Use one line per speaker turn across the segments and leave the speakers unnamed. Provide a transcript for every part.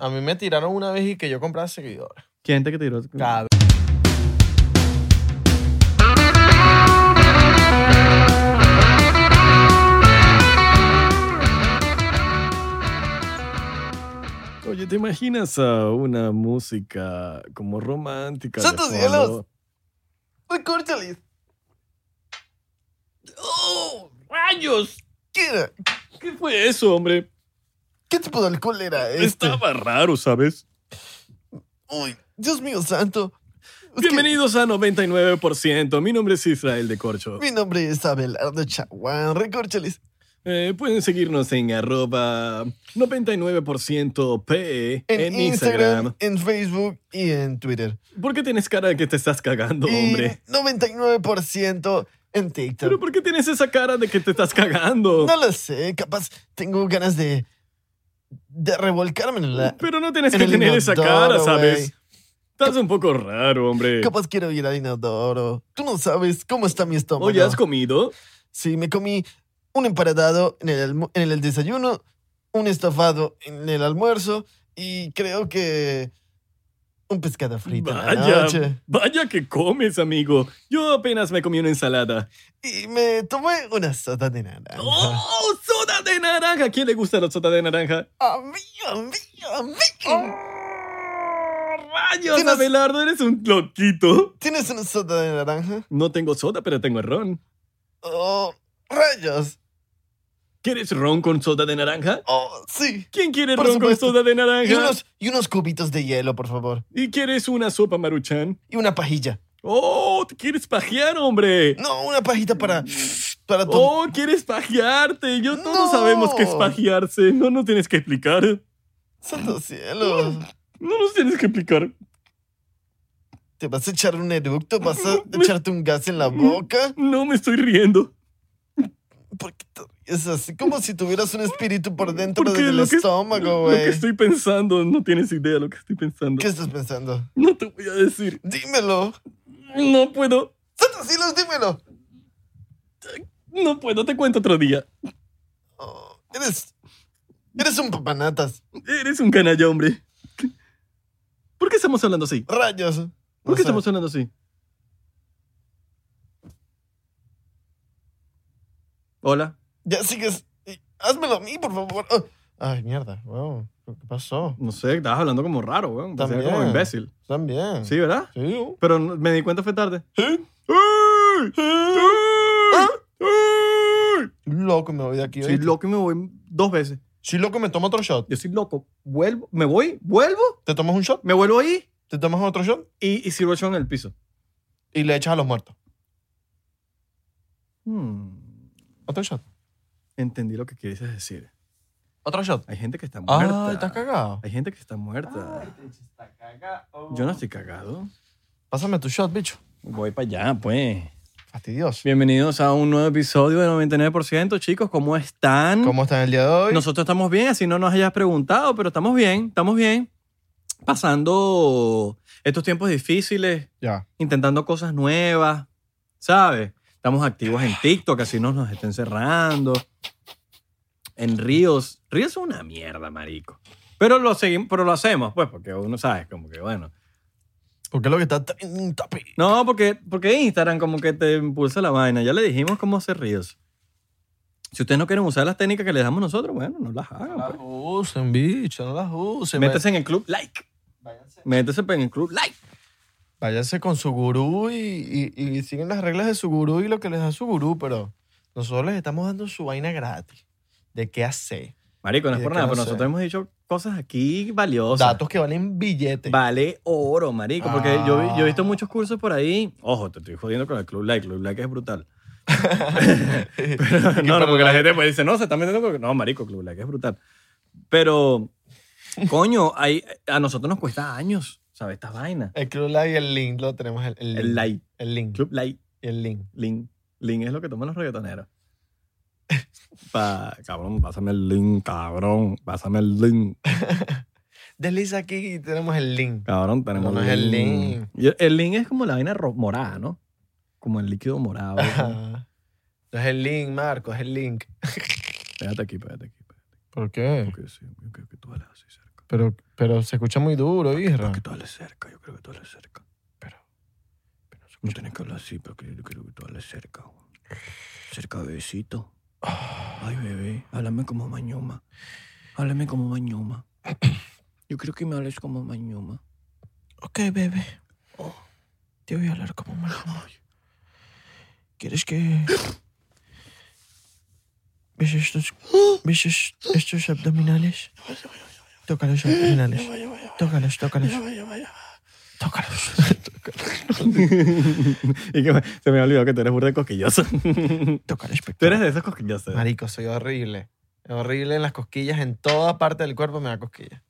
A mí me tiraron una vez y que yo compraba seguidores.
¿Quién te que tiró?
Cabrón.
Oye, ¿te imaginas a una música como romántica? de
¡Santos
fondo?
cielos! ¡Recórchales! ¡Oh!
¡Rayos!
¿Qué, era?
¿Qué fue eso, hombre?
¿Qué tipo de alcohol era este?
Estaba raro, ¿sabes?
Uy, Dios mío santo. Es que
Bienvenidos a 99%. Mi nombre es Israel de Corcho.
Mi nombre es Abelardo Chaguán. Recórchales.
Eh, pueden seguirnos en arroba 99% PE en,
En, Instagram,
Instagram.
en Facebook y en Twitter.
¿Por qué tienes cara de que te estás cagando,
y
hombre?
99% en TikTok.
¿Pero por qué tienes esa cara de que te estás cagando?
No lo sé, capaz tengo ganas de, de revolcarme en la...
Pero no tienes
en
que
el
tener esa
inodoro,
cara, ¿sabes?
güey.
Estás un poco raro, hombre.
Capaz quiero ir al inodoro. Tú no sabes cómo está mi estómago.
Oye, ¿has comido?
Sí, me comí un emparedado en el, almu- en el desayuno, un estofado en el almuerzo y creo que un pescado frito en la
Vaya.
noche.
Vaya que comes, amigo. Yo apenas me comí una ensalada.
Y me tomé una soda de naranja.
¡Oh, soda de naranja! ¿A quién le gusta la soda de naranja?
¡A mí, a mí, a mí!
¡Oh, ¡Rayos,
Tienes-
Abelardo! Eres un loquito.
¿Tienes una soda de naranja?
No tengo soda, pero tengo ron.
¡Oh, rayos!
¿Quieres ron con soda de naranja?
¡Oh, sí!
¿Quién quiere
Por
ron
supuesto.
con soda de
Y
naranja?
unos, y unos cubitos de hielo, por favor.
¿Y quieres una sopa maruchan?
Y una pajilla.
¡Oh, te quieres pajear, hombre!
No, una pajita para... Para tu...
Oh, quieres pajearte. Yo todos
No.
sabemos que es pajearse. No nos tienes que explicar.
¡Santo cielo!
No nos tienes que explicar.
¿Te vas a echar un eructo? ¿Vas a echarte un gas en la boca?
No me estoy riendo.
¿Por qué te ríes así? Como si tuvieras un espíritu por dentro
Porque
del
lo que-
estómago,
Lo que
güey.
estoy pensando, no tienes idea lo que estoy pensando.
¿Qué estás pensando?
No te voy a decir.
¡Dímelo!
No puedo.
¡Santo cielo, dímelo!
No puedo. Te cuento otro día.
Oh, eres... Eres un papanatas.
Eres un canalla, hombre. ¿Por qué estamos hablando así?
¡Rayos! No
¿Por qué
sé.
estamos hablando así? Hola.
Ya sigues... Y- Házmelo a mí, por favor. Oh. Ay, mierda. Wow. ¿Qué pasó?
No sé, estabas hablando como raro, weón. Parecía como
También.
imbécil.
También.
Sí, ¿verdad?
Sí.
Pero no- me di cuenta fue tarde.
¿Eh?
¡Ey! ¡Ey! ¡Ey! ¿Eh?
Loco, me voy de aquí.
Soy
¿oíste?
loco y me voy dos veces.
Sí, loco, me tomo otro shot.
Yo soy loco. Vuelvo, me voy, vuelvo,
Te tomas un shot,
me vuelvo ahí
te tomas otro shot
y, y sirvo el show en el piso.
y le echas a los muertos.
Hmm,
Otro shot.
Entendí lo que quieres decir.
Otro shot.
Hay gente que está muerta.
Ah, estás cagado.
Hay gente que está muerta. Yo no estoy cagado.
Pásame tu shot, bicho.
Voy para allá, pues.
Fastidioso.
Bienvenidos a un nuevo episodio de 99%, chicos. ¿Cómo están?
¿Cómo están el día de hoy?
Nosotros estamos bien, así no nos hayas preguntado, pero estamos bien, estamos bien. Pasando estos tiempos difíciles,
Ya.
intentando cosas nuevas, ¿sabes? Estamos activos en TikTok, así no nos estén cerrando. En Ríos. Ríos es una mierda, marico. Pero lo, seguimos, pero lo hacemos, pues, porque uno sabe, como que bueno.
Porque lo que está en tapi.
No, porque, porque Instagram como que te impulsa la vaina. Ya le dijimos cómo hacer Ríos. Si ustedes no quieren usar las técnicas que les damos nosotros, bueno, no las hagan. pues.
usen, bicho, no las usen.
Métese en el club like.
Váyanse.
Métese en el club like.
Váyanse con su gurú y, y- y siguen las reglas de su gurú y lo que les da su gurú, pero nosotros les estamos dando su vaina gratis. ¿De qué hacer?
Marico, no
Y
es
de
por
que
nada,
no
pero
sé.
nosotros hemos dicho cosas aquí valiosas.
Datos que valen billetes.
Vale oro, marico, porque yo, vi- yo he visto
Ah.
muchos cursos por ahí. Ojo, te estoy jodiendo con el club like. Club like es brutal. no, no, porque la gente pues dice, no, se está metiendo con... No, marico, club like es brutal. Pero, coño, hay, a nosotros nos cuesta años, ¿sabes? Esta vaina.
El Club Live y el link lo tenemos. El, el link.
El like,
El link.
club like,
El link.
link. Link es lo que toman los reggaetoneros. Pa, cabrón, pásame el link, cabrón, pásame el link.
Desliza aquí y tenemos el link.
Cabrón, tenemos
No, no es el lin.
Y el- El lin es como la vaina ro- morada, ¿no? Como el líquido morado. ¿no?
Ajá. No es el link, Marco, es el link.
pégate aquí, pégate aquí. pégate
¿Por qué?
aquí, que sí, que- que tú hablas así cerca.
Pero, pero se escucha muy duro, Isra.
Porque tú hables cerca, yo creo que tú hables cerca.
Pero-
no, tienes que hablar así, pero que yo creo que tú hables cerca. güey. Cerca, bebecito. Ay, bebé, háblame como mañoma. Háblame como mañoma. Yo creo que me hables como mañoma.
Ok, bebé. Te voy a hablar como más. ¿Quieres que... ¿Ves estos, ¿Ves es- estos abdominales? Toca los abdominales. Tócalos, tócalos. Tócalos.
y que me- se me ha olvidado que tú eres burda de cosquilloso. tú
Tócalos, pe-
eres de esos cosquillosos.
Marico, soy horrible. Horrible en las cosquillas. En toda parte del cuerpo me da cosquillas.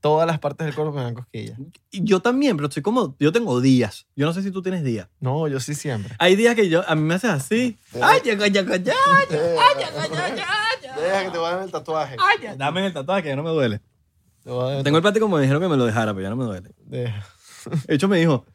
Todas las partes del cuerpo me dan cosquillas.
Y Yo también, pero estoy como. Yo tengo días. Yo no sé si tú tienes días.
No, yo sí siempre.
Hay días que yo. A mí me haces así. ¡Ay, ya, ya, ya, ya!
Deja que te voy a dar el tatuaje.
¡Ay, ya! Dame el tatuaje que ya no me duele.
Te voy a dar el
Tengo el plástico como me dijeron que me lo dejara, pero ya no me duele.
Deja.
De hecho, me dijo,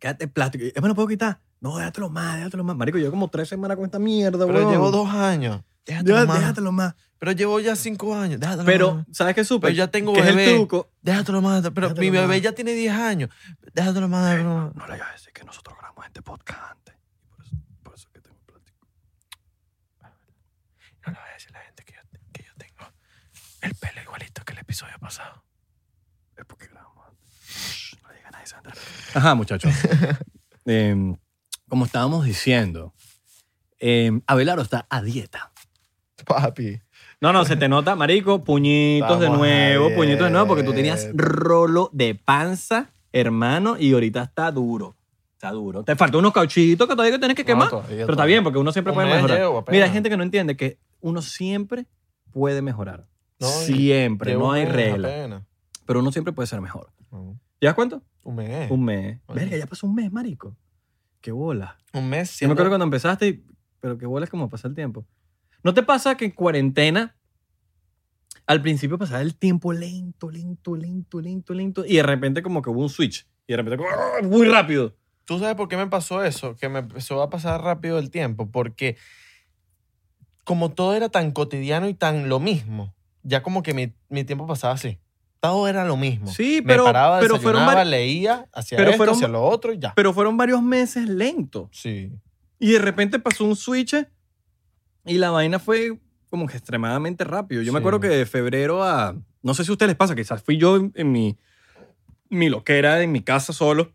quédate el plástico. Y yo, "Eh, me lo puedo quitar. No, déjatelo más, déjatelo más. Marico, yo como tres semanas con esta mierda,
Pero
weón.
llevo dos años. Déjatelo
Déjatelo,
más.
déjatelo más.
Pero llevo ya cinco años. Déjatelo
Pero,
más.
¿sabes qué supe?
Pero ya tengo
que es
bebé.
el truco.
Déjatelo más. Pero
Déjatelo
mi bebé
más.
ya tiene 10 años. Déjatelo más. déjatelo más.
No le digas a decir que nosotros grabamos este podcast antes. Por eso, por eso es que tengo el plástico.
No le voy a decir a la gente que yo, que yo tengo el pelo igualito que el episodio pasado.
Es porque grabamos antes. Shh, no le digas a nadie, se va a enterar. Ajá, muchachos. Em, como estábamos diciendo, em, Abelardo está a dieta.
Papi.
No, no, se te nota, marico, puñitos
Vamos
de nuevo,
a
puñitos de nuevo, porque tú
ver.
tenías rolo de panza, hermano, y ahorita está duro. Está duro. Te faltó unos cauchitos que todavía tienes que quemar. pero está bien, porque uno siempre
Un
puede
mes
mejorar.
llevo apenas.
Mira, hay gente que no entiende que uno siempre puede mejorar.
No,
siempre,
Llevo
no
un
hay
mes
regla.
apenas.
Pero uno siempre puede ser mejor.
No,
¿Ya cuánto?
Un mes.
Un mes.
Oye.
Verga, ya pasó un mes, marico. Qué bola.
Un mes.
Yo me
siendo-
acuerdo cuando empezaste, y- pero qué bola es como pasa el tiempo. ¿No te pasa que en cuarentena al principio pasaba el tiempo lento, lento, lento, lento, lento y de repente como que hubo un switch y de repente como, ¡ah! muy rápido?
¿Tú sabes por qué me pasó eso? Que me empezó a pasar rápido el tiempo. Porque como todo era tan cotidiano y tan lo mismo, ya como que mi, mi tiempo pasaba así. Todo era lo mismo.
Sí,
me
pero,
paraba,
pero, fueron
desayunaba,
vari-
leía, hacia
pero
esto,
fueron-
hacia lo otro y ya.
pero fueron varios meses lentos
sí.
y de repente pasó un switch eh, y la vaina fue como que extremadamente rápido. Yo
Sí.
me acuerdo que de febrero a... No sé si a ustedes les pasa, quizás fui yo en, en mi, mi loquera, en mi casa solo,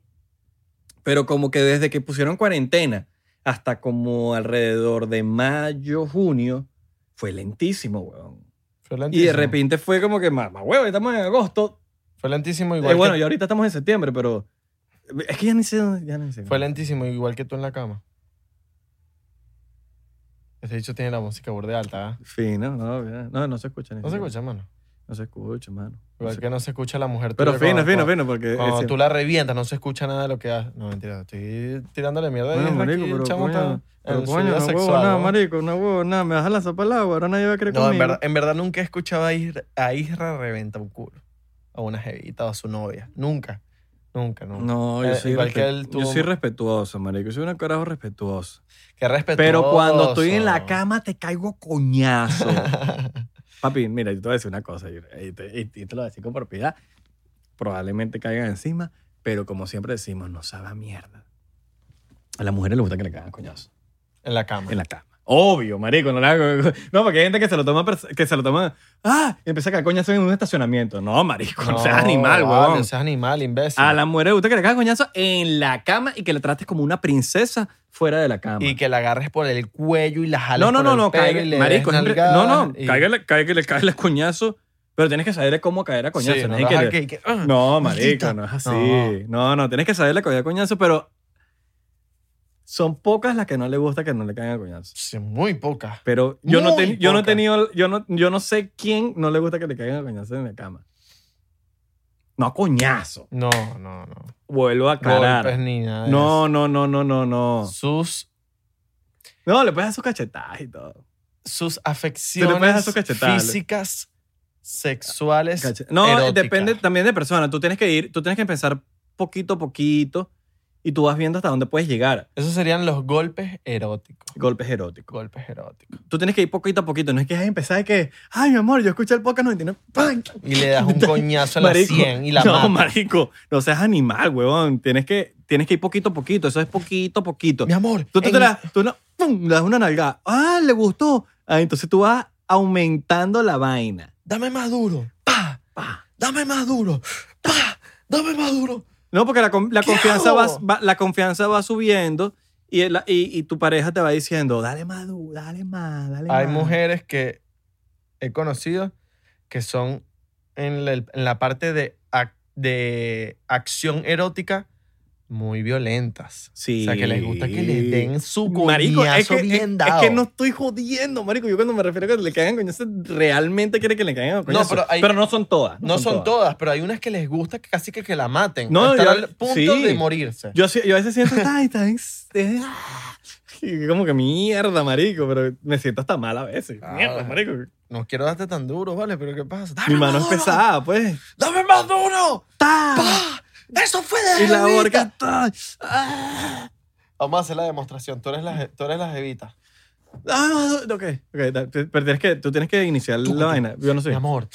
pero como que desde que pusieron cuarentena hasta como alrededor de mayo, junio, fue lentísimo, weón.
Fue
Y
lentísimo.
de repente fue como que, mamá, weón, estamos en agosto.
Fue lentísimo
Eh,
igual.
bueno,
que,
y ahorita estamos en septiembre, pero... Es que ya ni sé... dónde- Ya ni sé.
Fue lentísimo igual que tú en la cama. Este dicho tiene la música burde alta, ¿ah?
Fino, no, no, no, no se escucha. ni
No se
siquiera.
escucha, mano.
No se escucha, mano. No
Igual
se-
que no se escucha la mujer
Pero
tuya
fino,
cuando-
fino, fino, porque... es
Cuando
cierto.
tú la revientas, no se escucha nada de lo que haces. No, mentira, estoy tirándole mierda.
Bueno,
de
marico, pero coño, pero coño, no huevo, nada, marico, no huevo, nada, me vas a lanzar para el agua, ahora nadie va a creer
No,
conmigo.
en verdad, en verdad nunca he escuchado a Isra, a Isra reventa un culo. A una jevita o a su novia. Nunca. Nunca, nunca.
No, yo
Eh,
soy,
igual que
respe-
él
yo
tuvo-
soy respetuoso, marico, yo soy un carajo respetuoso.
Qué respetuoso.
Pero cuando estoy en la cama te caigo coñazo. Papi, mira, yo te voy a decir una cosa, y y te, y te lo voy a decir con propiedad, probablemente caigan encima, pero como siempre decimos, no sabe a mierda. A las mujeres les gusta que le caigan coñazo.
en la cama.
en la cama. Obvio, marico, no le hago. No, porque hay gente que se lo toma, pers- que se lo toma. Ah, y empieza a caer coñazo en un estacionamiento. No, marico, no, seas animal,
vale,
weón.
seas animal, imbécil.
A la mujer le gusta que le caigan coñazo en la cama y que la trates como una princesa fuera de la cama.
Y que la agarres por el cuello y la jales
no, no,
por
no,
el
no,
pelo
caiga,
y le des
marico, es un re- no, no,
nalgadas y-
cáigale, cáigale, cáigale coñazo, pero tienes que saber cómo caer a coñazo.
Sí,
no,
no,
es
no,
que-
que- que- ah,
no, marico,
maldita.
no es así. No, no, tienes que saberle caer a coñazo, pero son pocas las que no le gusta que no le caigan a coñazo.
Sí, muy poca.
Pero yo no,
Muy
ten- yo no he
poca.
tenido, yo no, yo no sé quién no le gusta que le caigan a coñazo en la cama. No, coñazo.
No, no, no.
Vuelvo a aclarar.
Golpes ni nada de eso.
no, no, no, no, no, no.
sus,
No, le puedes dar sus cachetadas y todo.
sus
Tú le Ah, puedes dar
afecciones
su cachetada.
físicas, sexuales.
Cache- no,
eróticas.
depende también de persona. Tú tienes que ir, tú tienes que pensar poquito a poquito y tú vas viendo hasta dónde puedes llegar.
Esos serían los golpes eróticos.
Golpes eróticos.
Golpes eróticos.
Tú tienes que ir poquito a poquito. No es que ay, empezar de que, ay, mi amor, yo escuché el podcast 99. ¡pam!
Y le das un coñazo a la
Marico,
100 y la
no,
matas.
marico, no seas animal, huevón. Tienes que, tienes que ir poquito a poquito. Eso es poquito a poquito.
Mi amor,
Tú, tú
en-
te la- tú la- ¡pum! le das una nalgada. Ah, le gustó. Ah, entonces tú vas aumentando la vaina.
dame más duro. Pa,
Pa.
dame más duro. Pa, dame más duro.
No, porque la, con- la
¿Qué
confianza va,
hago?
va- la confianza va subiendo y, el- y, y tu pareja te va diciendo, dale más, du- dale más, dale
Hay
más.
mujeres que he conocido que son en la, en la parte de, ac- de acción erótica muy violentas.
Sí.
O sea, que les gusta que les den su
Marico, es
coñazo
que, es-
bien
es
dado.
que no estoy jodiendo, marico. Yo cuando me refiero a que le caigan coñazos, realmente quiere que le caigan coñazos.
pero hay-
no son todas.
No son todas, pero hay unas que les gusta que casi que, que la maten.
No,
No,
yo-
al punto
sí.
de morirse.
Yo, sí- yo a veces siento, ay, está bien, eh, ah". Y como que mierda, marico, pero me siento hasta mal a veces.
Ah.
Mierda, marico.
No quiero darte tan duro, ¿vale? Pero ¿qué pasa?
Mi
¡Dame
mano es
más duro!
pesada, pues.
¡Dame más duro!
¡Ta!
¡Pah! ¡Ah! ¡Eso fue de
Y la
jevita!
horca. ¡ta! ¡Ah!
Vamos a hacer la demostración. Tú eres la, je- tú eres la jevita.
Ah, ok, ok, da- pero tienes que, tú tienes que iniciar
Tú,
la
tú.
vaina. Yo no sé.
Mi amor,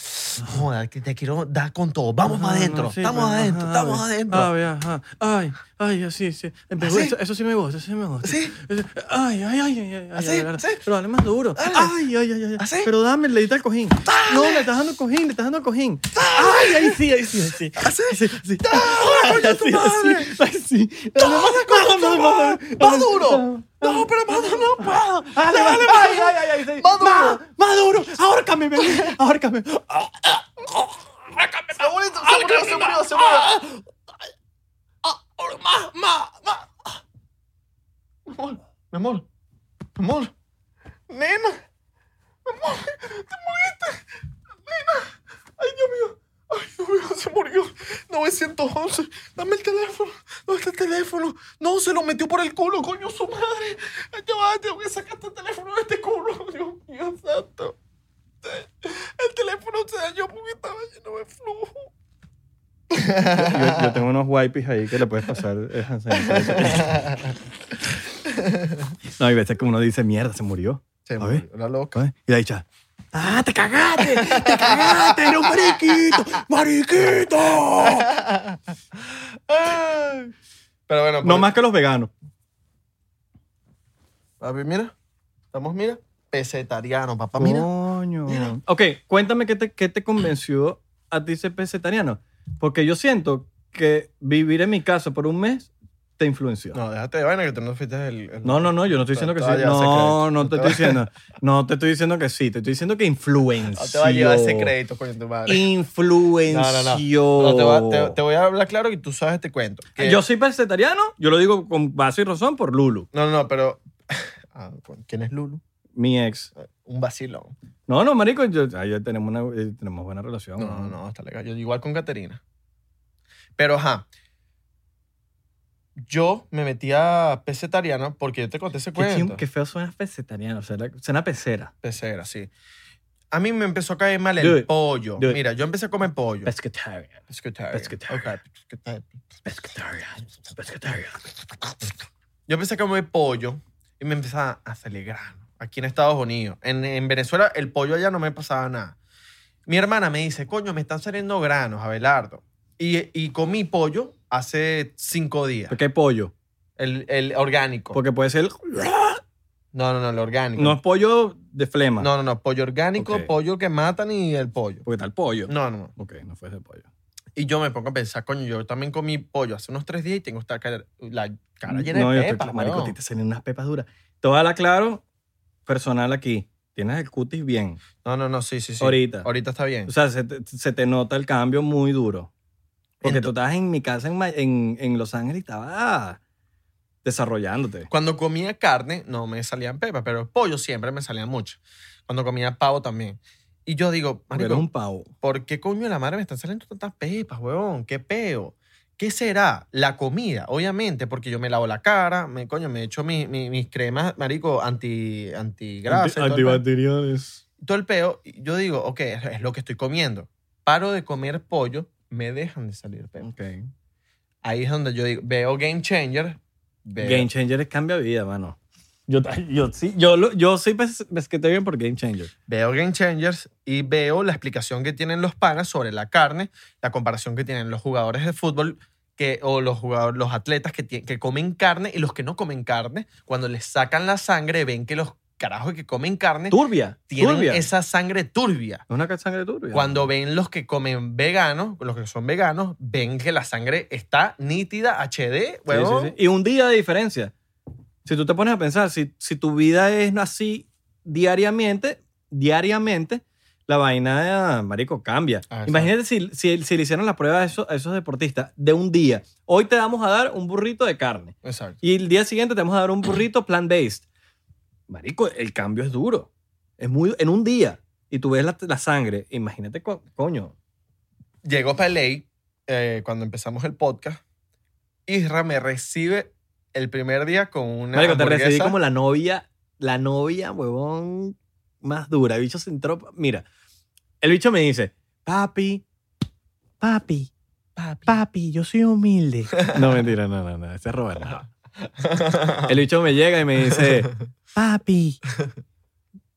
joda, que te quiero dar con todo. Vamos
Ajá,
para adentro.
no, sí,
estamos
pero-
adentro,
ajá,
estamos
a ver.
adentro.
A ver, ajá. Ay, ay, así, sí. Me
¿Así?
gusta, Eso sí me gusta, eso sí me gusta.
¿Sí?
Eso- Ay, ay, ay, ay, ay.
¿Así?
ay, ay,
¿Sí?
Pero dale más duro.
Dale.
Ay, ay, ay, ay.
¿Así?
Pero dame, le diste al cojín. No, le estás dando cojín, le estás dando cojín. Ay, ahí sí, ahí sí, ahí sí.
¿Así?
Sí, sí.
Dale, coño, tu
Así,
madre.
así, así.
Dale, coño, tu
Dale,
madre.
dale,
Más
dale,
duro.
dale.
No, pero más duro no puedo.
Dale, dale, ay, ay, ay, ay, sí.
Más duro.
Ma- Más duro. Ahórcame, bebé. Ahórcame.
Se murió, se murió, se murió, se murió. Más, más, más. Mi amor, mi amor, mi amor. Nena, mi amor, te moriste. Nena, ay Dios mío, ay Dios mío, se murió. 911, dame el teléfono. ¿Dónde está el teléfono? No, se lo metió por el culo, coño, su madre. Ay, Ya va, tengo que sacar este teléfono de este culo. Dios mío, santo. El teléfono se dañó porque estaba lleno de flujo.
Yo, yo tengo unos wipes ahí que le puedes pasar. eh, hand sanitizer. no, hay veces que uno dice, mierda, se murió.
Se
murió
la loca.
¿sabes? Y la dicha, ¡ah, te cagaste! ¡Te cagaste! ¡Era un mariquito! ¡Mariquito!
Pero bueno,
No
por-
más que los veganos.
papi, mira. Estamos, mira, pesetariano, papá,
Oh.
mira.
Coño.
Mira.
Ok, cuéntame qué te, qué te convenció a ti ser pescetariano. Porque yo siento que vivir en mi casa por un mes te influenció.
No, déjate de vaina que tú no fuiste el... el-
No, no, no, yo no estoy diciendo que sí.
Todavía hace
No,
crédito.
no te estoy diciendo. No te estoy diciendo que sí, te estoy diciendo que influenció.
No te va a llevar
oh.
ese crédito, coño, tu madre.
Influenció.
No, no, no. No, te, va- te- te voy a hablar claro y tú sabes este cuento. Que-
oh. Yo soy pescetariano, yo lo digo con base y razón por Lulu,
No, no, no, pero... Ah, coño, ¿Quién es Lulu?
mi ex.
Un vacilón.
No, no, marico, yo, ay, ya tenemos, una, eh, tenemos buena relación.
No, no, no, está legal. Yo igual con Caterina. Pero, ajá. Yo me metí a pesetariano porque yo te conté ese
Qué, chim-
cuento.
qué feo suena pescetariano, o sea, la- suena pecera.
Pecera, sí. A mí me empezó a caer mal el
Dude,
pollo.
dude.
Mira, yo empecé a comer pollo.
Pescetarian,
Pescatarian.
pescatarian.
Ok, pescatarian.
pescetarian, pescetarian.
Yo empecé a comer pollo y me empezaba a salir grano. Aquí en Estados Unidos. En, en Venezuela, el pollo allá no me pasaba nada. Mi hermana me dice, coño, me están saliendo granos, Abelardo. Y, y comí pollo hace cinco días.
¿Por qué pollo?
El, el orgánico.
Porque puede ser,
No, no, no, el orgánico.
no es pollo de flema,
no, no, no, pollo orgánico,
Ok.
pollo que matan y el pollo.
porque tal pollo.
No, no, no.
Ok, no fue ese pollo.
Y yo me pongo a pensar, coño, yo también comí pollo hace unos tres días y tengo esta cara, la cara llena
Mm, no, yo
de
estoy
pepas,
cla- marico, a ti
weón.
te salen unas pepas duras. Te voy a hablar claro, personal aquí. Tienes el cutis bien.
No, no, no, sí, sí, sí.
Ahorita.
Ahorita está bien.
O sea, se te, se te nota el cambio muy duro. Porque
Ento-
tú estabas en mi casa en, Ma- en, en Los Ángeles y estabas desarrollándote.
Cuando comía carne, no me salían pepas, pero pollo siempre me salían mucho. Cuando comía pavo también. Y yo digo,
Porque
marico,
eres un pavo.
¿por qué coño de la madre me están saliendo tantas pepas, huevón? ¿Qué peo? ¿Qué será? La comida, obviamente, porque yo me lavo la cara, me, coño, me echo mi- mi- mis cremas, marico, anti, antigrasa. y todo el peo
Antibacteriales.
todo el peo, y yo digo, ok, es es lo que estoy comiendo. Paro de comer pollo, me dejan de salir pepas.
Ok.
Ahí es donde yo digo, veo Game Changer. veo-
Game Changer es cambio de vida, mano. Yo, yo sí, yo, lo- yo sí pes- pesquete bien por Game Changer.
Veo Game Changers y veo la explicación que tienen los panas sobre la carne, la comparación que tienen los jugadores de fútbol que, o los, jugadores, los atletas que, tie- que comen carne y los que no comen carne. Cuando les sacan la sangre, ven que los carajos que comen carne
Turbia.
tienen
turbia. Es
esa sangre turbia.
una ca- sangre turbia.
Cuando ven los que comen veganos, los que son veganos, ven que la sangre está nítida, HD,
Sí, sí,
huevón.
sí. Y un día de diferencia. Si tú te pones a pensar, si, si tu vida es así diariamente, diariamente, la vaina, ah, marico, cambia.
Ah, exacto.
Imagínate si, si, si le hicieron las pruebas a esos, a esos deportistas de un día. Hoy te vamos a dar un burrito de carne.
Exacto.
Y el día siguiente te vamos a dar un burrito plant-based. Marico, el cambio es duro. Es muy... En un día. Y tú ves la, la sangre. Imagínate, co- coño.
Llegó Pelé eh, cuando empezamos el podcast. Isra me recibe el primer día con una
Marico, te recibí
hamburguesa.
como la novia, la novia, huevón, más dura. El bicho se entró. Mira, el bicho me dice, papi, papi, papi, yo soy humilde. No, mentira, no, no, no, ese es Roberto. El bicho me llega y me dice, papi,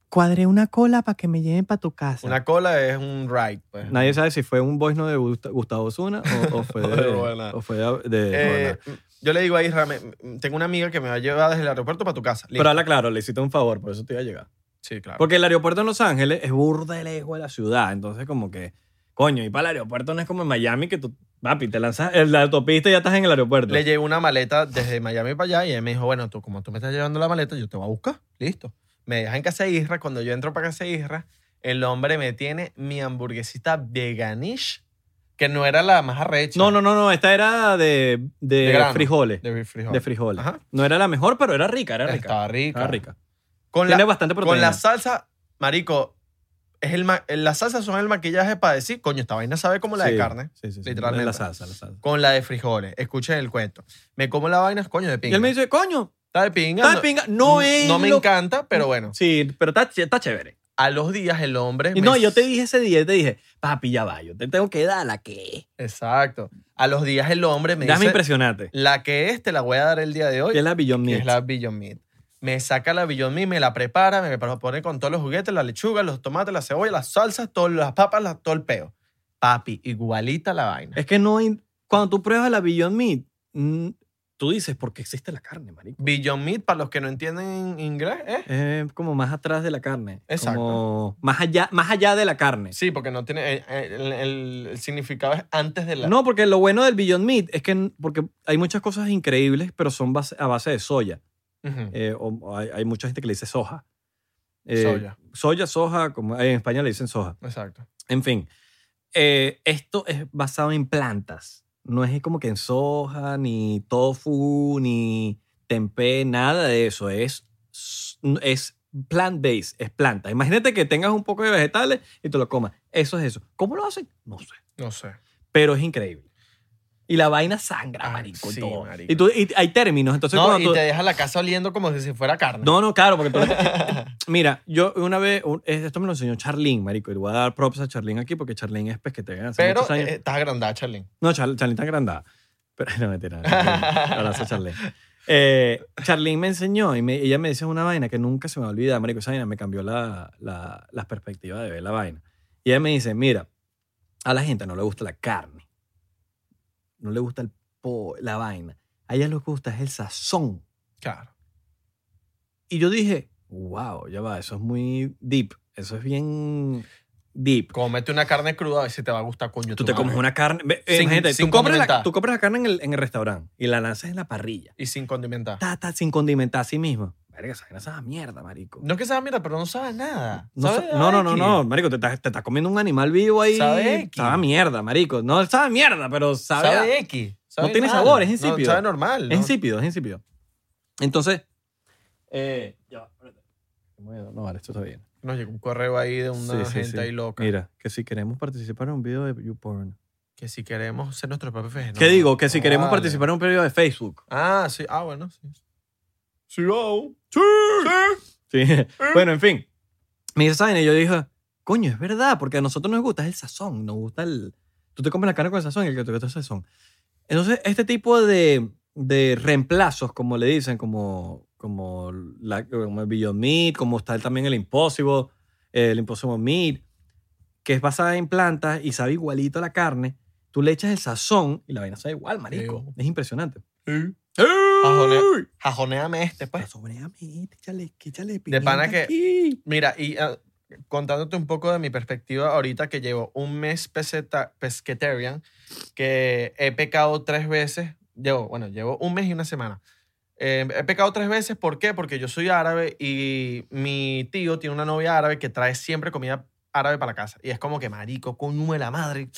cuadré una cola para que me lleven para tu casa.
Una cola es un ride. pues.
Nadie sabe si fue un voice note de Gust- Gustavo Osuna o, o fue
O
de,
de Roberto.
o fue de- de
Eh,
Roberto.
yo le digo a Isra, me- tengo una amiga que me va a llevar desde el aeropuerto para tu casa. Listo.
Pero habla claro, le hiciste un favor, por eso te iba a llegar.
sí, claro.
Porque el aeropuerto en Los Ángeles es burda de lejos de la ciudad. Entonces, como que, coño, y para el aeropuerto no es como en Miami que tú, papi, te lanzas en la autopista y ya estás en el aeropuerto.
Le llevé una maleta desde Miami para allá y él me dijo, bueno, tú como tú me estás llevando la maleta, yo te voy a buscar. Listo. Me deja en casa de Isra. Cuando yo entro para casa de Isra, el hombre me tiene mi hamburguesita veganish, que no era la más arrecha.
no, no, no, no, esta era de, de,
De grano.
frijoles. De,
De frijol.
frijoles.
Ajá.
No era la mejor, pero era rica, era rica.
Estaba rica.
Estaba rica.
Con,
Tiene
la,
bastante proteína.
con la salsa, marico, es el ma- eh, las salsas son el maquillaje para decir, coño, esta vaina sabe como la
Sí,
de carne.
Sí, sí, sí.
literalmente.
La salsa, la salsa.
Con la de frijoles. Escuchen el cuento. Me como la vaina, coño, de
Y
pinga.
él me dice, coño,
está de pinga.
está de pinga. No es.
No me
lo-
encanta, pero bueno.
Sí, pero está, ch- está chévere.
A los días el hombre...
Y
me-
no, yo te dije ese día, te dije, papi, ya va, yo te tengo que dar la que.
Exacto. A los días el hombre me
Déjame
dice,
impresionarte.
la que es te la voy a dar el día de hoy,
Que es la Beyond
que
Meat.
es la Beyond Meat. Me saca la Beyond Meat, me la prepara, me la pone con todos los juguetes, la lechuga, los tomates, la cebolla, las salsas, todas las papas, la- todo el peo. Papi, igualita la vaina.
Es que no hay- Cuando tú pruebas la Beyond Meat, mm, tú dices, ¿por qué existe la carne, marico?
Beyond Meat, para los que no entienden inglés, ¿eh?
Es como más atrás de la carne.
Exacto.
Como más allá, más allá de la carne.
Sí, porque no tiene... eh, eh, El, el- el significado es antes de la...
No, porque lo bueno del Beyond Meat es que n- porque hay muchas cosas increíbles, pero son base- a base de soya.
Ujú.
Eh, o hay, hay mucha gente que le dice soja. Eh,
Soya.
Soya, soja, como en España le dicen soja.
Exacto.
En fin, eh, esto es basado en plantas. No es como que en soja, ni tofu, ni tempeh, nada de eso. Es, es plant-based, es planta. Imagínate que tengas un poco de vegetales y te lo comas. Eso es eso. ¿Cómo lo hacen? No sé.
No sé.
Pero es increíble. Y la vaina sangra,
Ah,
marico. y
sí,
todo.
marico.
Y, tú- y hay términos. Entonces,
No,
cuando
y
tú-
te deja la casa oliendo como si fuera carne.
no, no, claro, porque tú Mira, yo una vez, un- esto me lo enseñó Charlene, marico, y le voy a dar props a Charlene aquí porque Charlene es pues, pesquetera. hace
Pero
muchos años.
eh, estás agrandada, Charlene.
No, Char Charlene está agrandada. Pero, no, mentira. mentira. Abrazo a Charlene. Eh, Charlene me enseñó y me- ella me dice una vaina que nunca se me olvida, marico. Esa vaina me cambió la, la, la perspectiva de ver la vaina. Y ella me dice, mira, a la gente no le gusta la carne. No le gusta el po- la vaina. A ella lo que gusta es el sazón.
Claro.
Y yo dije, wow, ya va, eso es muy deep. Eso es bien deep.
Cómete una carne cruda a ver si te va a gustar, coño.
Tú
tu
te comes
madre.
una carne. ve, eh,
Sin-
imagínate,
sin
tú, compras la,
condimentar.
tú compras la carne en el, en el restaurante y la lanzas en la parrilla.
Y sin condimentar.
Ta, ta, sin condimentar a sí misma. Verga, esa vaina sabe a mierda, marico.
No es que sabe, mira, pero no sabe nada.
No,
Sabe
sa- no, no, no,
X.
no, marico, te estás, te estás comiendo un animal vivo ahí.
Sabe X.
a mierda, marico. No sabe a mierda, pero sabe.
Sabe,
a-
X.
No
sabe
tiene
mal.
sabor, es
No,
insípido.
sabe normal.
Es
¿no?
insípido, es insípido. Entonces. Eh, ya va, espérate. Bueno, No, vale, esto está bien.
Nos llegó un correo ahí de una
Sí, sí,
gente
sí.
ahí loca.
Mira, que si queremos participar en un video de YouPorn.
Que si queremos ser nuestro propio fenómeno.
¿Qué digo? Que si
No
queremos
vale.
participar en un video de Facebook.
Ah, sí. Ah, bueno, sí. Sí, oh.
Sí. Bueno, en fin. Me dice esa vaina y yo dije, coño, es verdad, porque a nosotros nos gusta el sazón, nos gusta el... Tú te comes la carne con el sazón y el que te gusta el sazón. Entonces, este tipo de, de reemplazos, como le dicen, como, como, la, como el Beyond Meat, como está también el Impossible, el Impossible Meat, que es basada en plantas y sabe igualito a la carne, tú le echas el sazón y la vaina sabe igual, marico.
Ew.
Es impresionante.
Ajone- Jajoneame este, pues.
Sazoneame, échale, échale
De pana
pimienta
que-
aquí.
Mira, y ah, contándote un poco de mi perspectiva ahorita que llevo un mes peseta, pesquetarian, que he pecado tres veces. Llevo, bueno, llevo un mes y una semana. Eh, he pecado tres veces, ¿por qué? Porque yo soy árabe y mi tío tiene una novia árabe que trae siempre comida árabe para la casa. Y es como que marico, coño de la madre.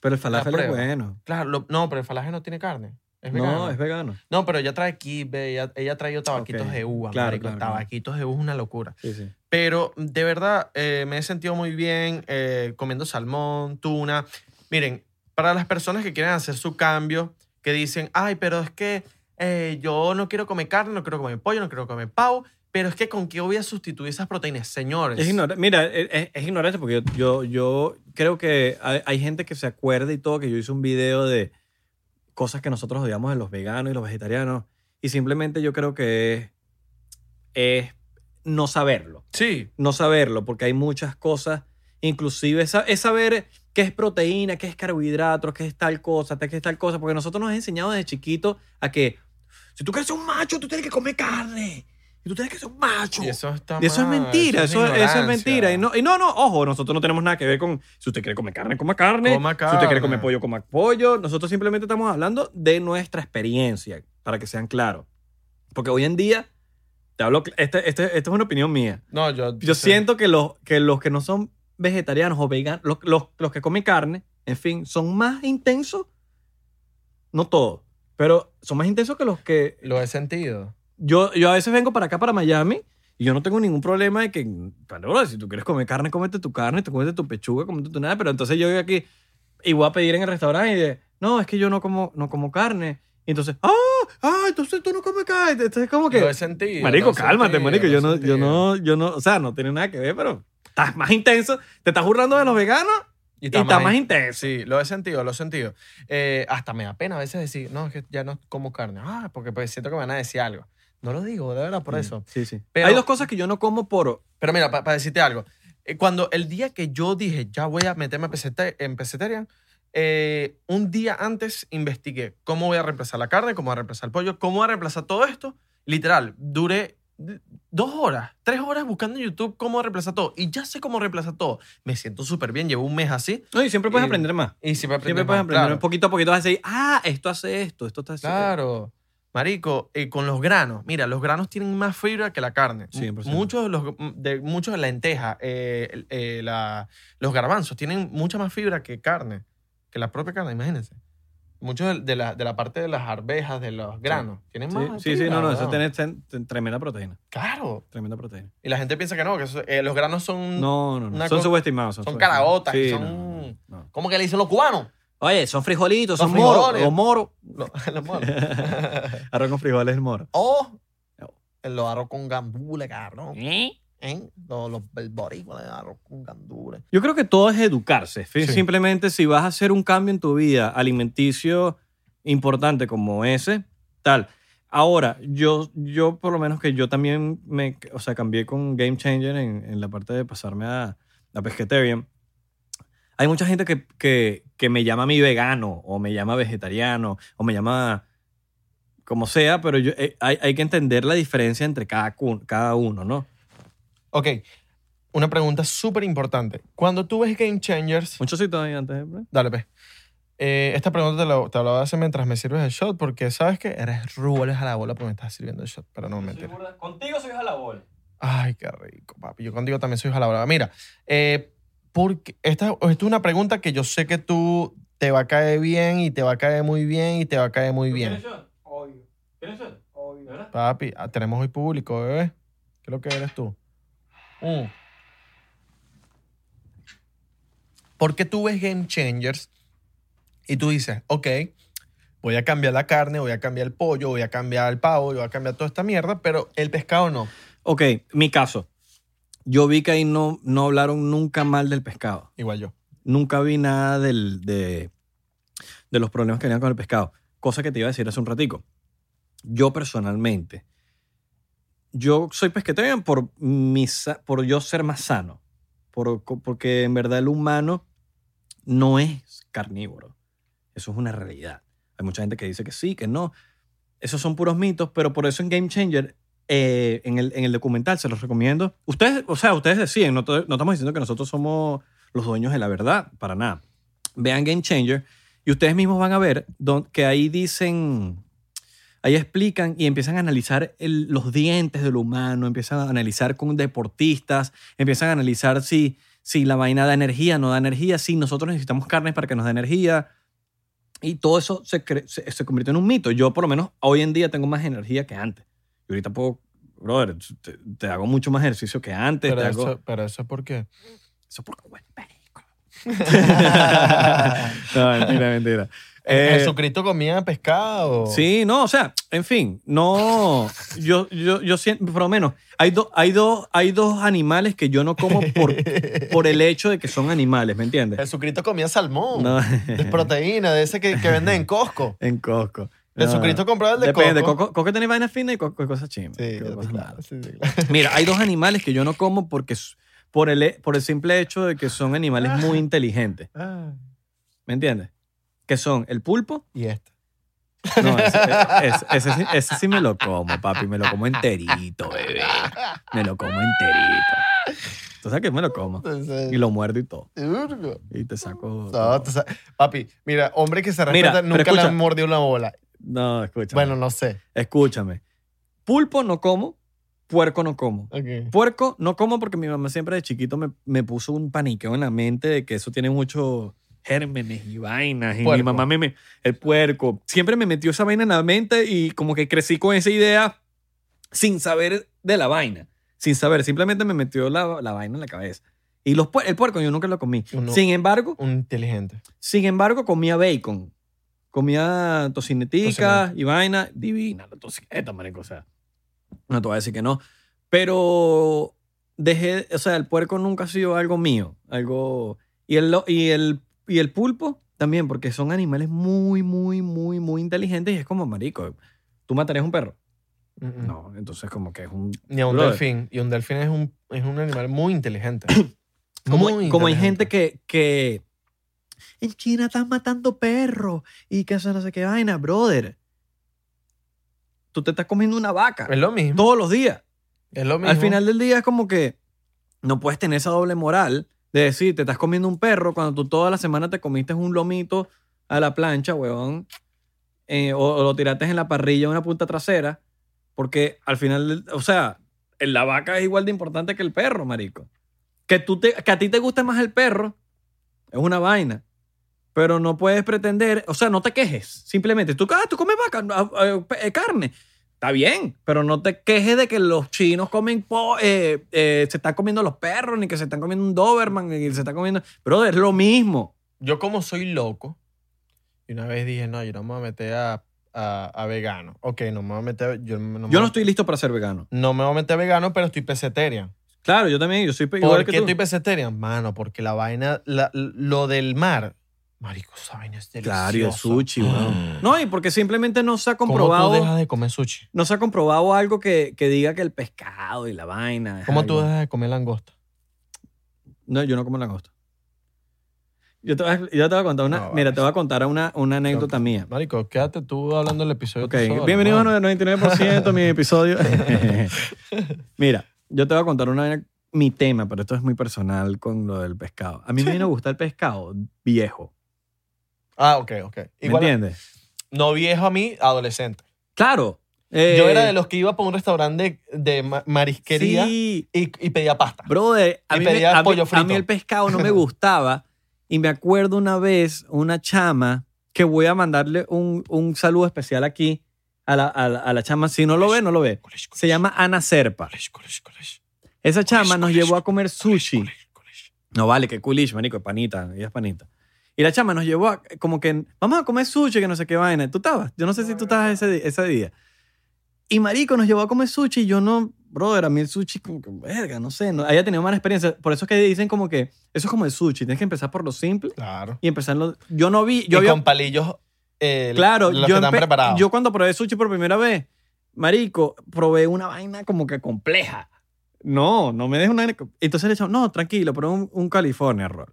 Pero el falafel es
prueba.
bueno.
Claro, lo- no, pero el falaje no tiene carne. Es
no,
vegano.
es vegano.
No, pero ella trae kibe, ella, ella trae tabaquitos
Ok.
de uva,
Claro,
marico.
claro, claro.
tabaquitos de uva es una locura.
Sí, sí.
Pero de verdad eh, me he sentido muy bien eh, comiendo salmón, tuna. Miren, para las personas que quieren hacer su cambio, que dicen, ay, pero es que eh, yo no quiero comer carne, no quiero comer pollo, no quiero comer pavo, pero es que con qué voy a sustituir esas proteínas, señores.
Es ignora- mira, es, es- es ignorante porque yo, yo, yo creo que hay, hay gente que se acuerda y todo que yo hice un video de cosas que nosotros odiamos de los veganos y los vegetarianos y simplemente yo creo que es, es no saberlo,
Sí,
no saberlo porque hay muchas cosas, inclusive esa- es, saber qué es proteína, qué es carbohidratos, qué es tal cosa, qué es tal cosa, porque nosotros nos han enseñado desde chiquito a que si tú quieres ser un macho, tú tienes que comer carne. Y tú tienes que ser un macho.
y eso está
Y eso es
mal,
mentira, eso, eso es,
ignorancia.
mentira. Y no, y no, no, ojo, nosotros no tenemos nada que ver con si usted quiere comer carne, coma carne.
Coma
Si usted quiere
carne.
comer pollo, coma pollo. Nosotros simplemente estamos hablando de nuestra experiencia, para que sean claros. Porque hoy en día, te hablo, cl- este, este, esta es una opinión mía.
No, yo,
Yo
sí.
siento que los, que los que no son vegetarianos o veganos, los, los, los que comen carne, en fin, son más intensos, no todos, pero son más intensos que los que
Lo he sentido.
yo, yo a veces vengo para acá, para Miami, y yo no tengo ningún problema de que, pero bro, si tú quieres comer carne, cómete tu carne, te cómete tu pechuga, cómete tu nada, pero entonces yo voy aquí y voy a pedir en el restaurante y de, no, es que yo no como, no como carne. Y entonces, ah, ah, entonces tú no comes carne. Entonces es como
Lo he
que,
sentido.
marico,
lo he
cálmate,
sentido,
marico,
lo he
yo no,
sentido.
yo no, yo no, o sea, no tiene nada que ver, pero estás más intenso, te estás burlando de los veganos
Y
y,
está
estás
mal.
más intenso.
Sí, lo he sentido, lo he sentido. Eh, hasta me da pena a veces decir, no, es que ya no como carne. Ah, porque pues siento que me van a decir algo. No lo digo, de verdad, por eso.
Mm, Sí, sí.
Pero-
Hay dos cosas que yo no como por,
Pero mira, para decirte algo. eh, Cuando el día que yo dije, ya voy a meterme a peseta- en pesetarian, eh, un día antes investigué cómo voy a reemplazar la carne, cómo voy a reemplazar el pollo, cómo voy a reemplazar todo esto. Literal, duré d- dos horas, tres horas buscando en YouTube cómo reemplazar todo. Y ya sé cómo reemplazar todo. Me siento súper bien, llevo un mes así.
no, y siempre puedes
Y-
aprender más.
Y si me
Siempre puedes aprender poquito a poquito. Vas a decir, ah, esto hace esto, esto está haciendo.
Claro. Marico, eh, con los granos. Mira, los granos tienen más fibra que la carne. M-
100%.
Muchos de los de muchos de lenteja, eh, el- eh, la- los garbanzos tienen mucha más fibra que carne, que la propia carne, imagínense. Muchos de, de la, de la parte de las arvejas, de los granos, tienen más
Sí, sí, sí,
fibra,
no, no, eso
weón.
tiene ten- ten- tremenda proteína.
Claro.
Tremenda proteína.
Y la gente piensa que no, que eso- eh, los granos son...
No, no, no.
una
Son
co-
subestimados. Son,
son
subestimados.
caraotas,
Sí,
son-
no, no, no, no.
¿Cómo que le dicen los cubanos?
Oye, son frijolitos,
Son
son moros.
frijoles.
O moro.
Los, los monos.
Arroz con frijoles es moro.
o
No.
los arroz con gambule, cabrón. ¿Eh? Los, los el boricua de arroz con gandules.
Yo creo que todo es educarse. Fi-
Sí.
Simplemente si vas a hacer un cambio en tu vida alimenticio importante como ese, tal. Ahora, yo, yo por lo menos que yo también me, o sea, cambié con Game Changer en, en la parte de pasarme a, a Pescatarian. Hay mucha gente que, que, que me llama mi vegano o me llama vegetariano o me llama como sea, pero yo, eh, hay, hay que entender la diferencia entre cada, cu- cada uno, ¿no?
Ok, una pregunta súper importante. Cuando tú ves Game Changers...
Muchos sí todavía antes. ¿eh?
Dale, pues. Eh, esta pregunta te la, te la voy a hacer mientras me sirves el shot porque sabes que eres rubles a la bola porque me estás sirviendo el shot, pero no me mentira.
Contigo soy jalabol.
Ay, qué rico, papi. Yo contigo también soy jalabrava. Mira, eh, porque esta, esta es una pregunta que yo sé que tú te va a caer bien y te va a caer muy bien y te va a caer muy bien.
Obvio. ¿Tienes shot? Obvio. ¿Verdad?
Papi, ah, tenemos hoy público, bebé. ¿Qué es lo que eres tú? Mm. ¿Por qué tú ves Game Changers y tú dices, ok, voy a cambiar la carne, voy a cambiar el pollo, voy a cambiar el pavo, voy a cambiar toda esta mierda, pero el pescado no?
Ok, mi caso. Yo vi que ahí no, no hablaron nunca mal del pescado.
Igual yo.
Nunca vi nada del, de, de los problemas que tenían con el pescado. cosa que te iba a decir hace un ratico. Yo personalmente, yo soy pesquetarian por, mi sa- por yo ser más sano, por- co- porque en verdad el humano no es carnívoro. Eso es una realidad. Hay mucha gente que dice que sí, que no. Esos son puros mitos, pero por eso en Game Changer, eh, en, el, en el documental, se los recomiendo. Ustedes, o sea, ustedes deciden, no, to- no estamos diciendo que nosotros somos los dueños de la verdad, para nada. Vean Game Changer y ustedes mismos van a ver don- que ahí dicen, ahí explican y empiezan a analizar el- los dientes del humano, empiezan a analizar con deportistas, empiezan a analizar si, si la vaina da energía, no da energía, si nosotros necesitamos carnes para que nos dé energía. Y todo eso se, cre- se, se convirtió en un mito. Yo, por lo menos, hoy en día tengo más energía que antes. Y ahorita puedo, brother, te, te hago mucho más ejercicio que antes.
Pero
te hago-
eso, pero eso es porque...
eso por buen no, mentira, mentira. Eh,
Jesucristo comía pescado.
Sí, no, o sea, en fin, no. Yo, yo, yo siento, por lo menos, hay, dos hay, dos hay dos animales que yo no como por, por el hecho de que son animales, ¿me entiendes?
Jesucristo comía salmón.
No.
De proteína, de ese que, que venden en Costco.
en Costco. No.
Jesucristo compraba el de
Depende,
Costco.
Costco, Costco tiene vainas finas y Costco cosas chimas.
Sí,
Costco cosas malas.
claro, sí, sí, claro.
Mira, hay dos animales que yo no como porque s- por el, por el simple hecho de que son animales muy inteligentes,
Ah,
¿me entiendes? Que son el pulpo
Y este.
No, ese, ese- ese sí- ese sí me lo como, papi. Me lo como enterito, bebé. Me lo como enterito. Tú sabes que me lo como.
Entonces,
Y lo muerdo y todo.
Urgo.
Y te saco.
No, tú sabes- papi, mira, hombre que se
Mira,
respeta
pero
nunca le
escucha.
han mordido una bola.
No, escúchame.
Bueno, no sé.
Escúchame. Pulpo no como, puerco no como.
Ok.
Puerco no como porque mi mamá siempre de chiquito me, me puso un paniqueo en la mente de que eso tiene muchos gérmenes y vainas. Y mi
Puerco.
mamá me, me- El puerco. Siempre me metió esa vaina en la mente y como que crecí con esa idea sin saber de la vaina. Sin saber. Simplemente me metió la, la vaina en la cabeza. Y los, puer- el puerco yo nunca lo comí.
Uno-
Sin embargo,
Un inteligente.
sin embargo, comía bacon. Comía tocinetica
Tocineta.
y vaina. Divina la tocineta, marico. O sea, no te voy a decir que no. Pero dejé... O sea, el puerco nunca ha sido algo mío. Algo... Y el, lo- y el, y el pulpo también, porque son animales muy, muy, muy, muy inteligentes. Y es como, marico, ¿tú matarías un perro?
Mm-mm.
No, entonces como que es un...
Ni a un
Brother.
delfín. Y un delfín es un, es un animal muy inteligente.
Como,
Muy
como hay gente
inteligente.
que, que en China están matando perros y que eso no sé qué vaina, brother. Tú te estás comiendo una vaca
Es lo mismo.
todos los días.
Es lo mismo.
Al final del día es como que no puedes tener esa doble moral de decir, te estás comiendo un perro cuando tú toda la semana te comiste un lomito a la plancha, huevón, eh, o, o lo tiraste en la parrilla una punta trasera, porque al final, del- o sea, en la vaca es igual de importante que el perro, marico. Que, tú te, que a ti te guste más el perro es una vaina. Pero no puedes pretender, o sea, no te quejes. Simplemente, tú, ah, tú comes vaca, ah, ah, eh, carne. Está bien, pero no te quejes de que los chinos comen, po- eh, eh, se están comiendo los perros, ni que se están comiendo un Doberman, ni que se están comiendo. Pero es lo mismo.
Yo como soy loco, y una vez dije, no, yo no me voy a meter a, a- a vegano. Ok, no me voy a meter... a- Yo no, me
Yo
voy
no
a-
estoy listo para ser vegano.
No me voy a meter a vegano, pero estoy pesetarian.
Claro, yo también, yo soy pe- igual
¿Por
que
qué
tú.
estoy pesetarian? Mano, porque la vaina... la- lo del mar. Marico, esa vaina es deliciosa.
Claro, y el sushi, weón.
Mm.
No, y porque simplemente no se ha
¿Cómo
comprobado.
tú dejas de comer sushi?
No se ha comprobado algo que, que diga que el pescado y la vaina. es
¿Cómo
algo-
tú dejas de comer langosta?
No, yo no como langosta. Yo te voy a, yo te voy a contar una.
No, vale.
mira, te voy a contar una, una anécdota mía.
Marico, quédate tú hablando del episodio.
Ok,
tú solo,
bienvenidos
mano.
a 99% mi episodio. Mira, yo te voy a contar una, mi tema, pero esto es muy personal con lo del pescado. A mí me vino a gustar el pescado viejo.
Ah, ok, ok.
¿Me
Igual,
entiendes?
no viejo a mí, adolescente.
Claro. eh,
Yo era de los que iba para un restaurante de, de ma- marisquería
Sí,
y, y pedía pasta.
brother. A
Y
mí, me-
pedía
a mí-
pollo
a mí
frito.
el pescado no me gustaba. Y me acuerdo una vez, una chama, que voy a mandarle un, un saludo especial aquí a la, a la- a la chama. Si no lo ve, no lo ve. Se llama Ana Serpa. Esa chama nos llevó a comer sushi. No vale, que coolish, manico, es panita, ella es panita. Y la chama nos llevó a, como que, vamos a comer sushi, que no sé qué vaina. Tú estabas, yo no sé si tú estabas ese, di- ese día. Y marico nos llevó a comer sushi y yo no, brother, a mí el sushi, como que, verga, no sé, no, haya tenido mala experiencia. Por eso es que dicen como que, eso es como el sushi, tienes que empezar por lo simple
Claro.
y empezar en lo... Yo no vi,
y
yo había...
con palillos eh,
Claro,
los
yo,
que están
empe-
preparados.
yo cuando probé sushi por primera vez, marico, probé una vaina como que compleja. No, no me dejes una... Entonces le echamos, no, tranquilo, probé un, un California Roll.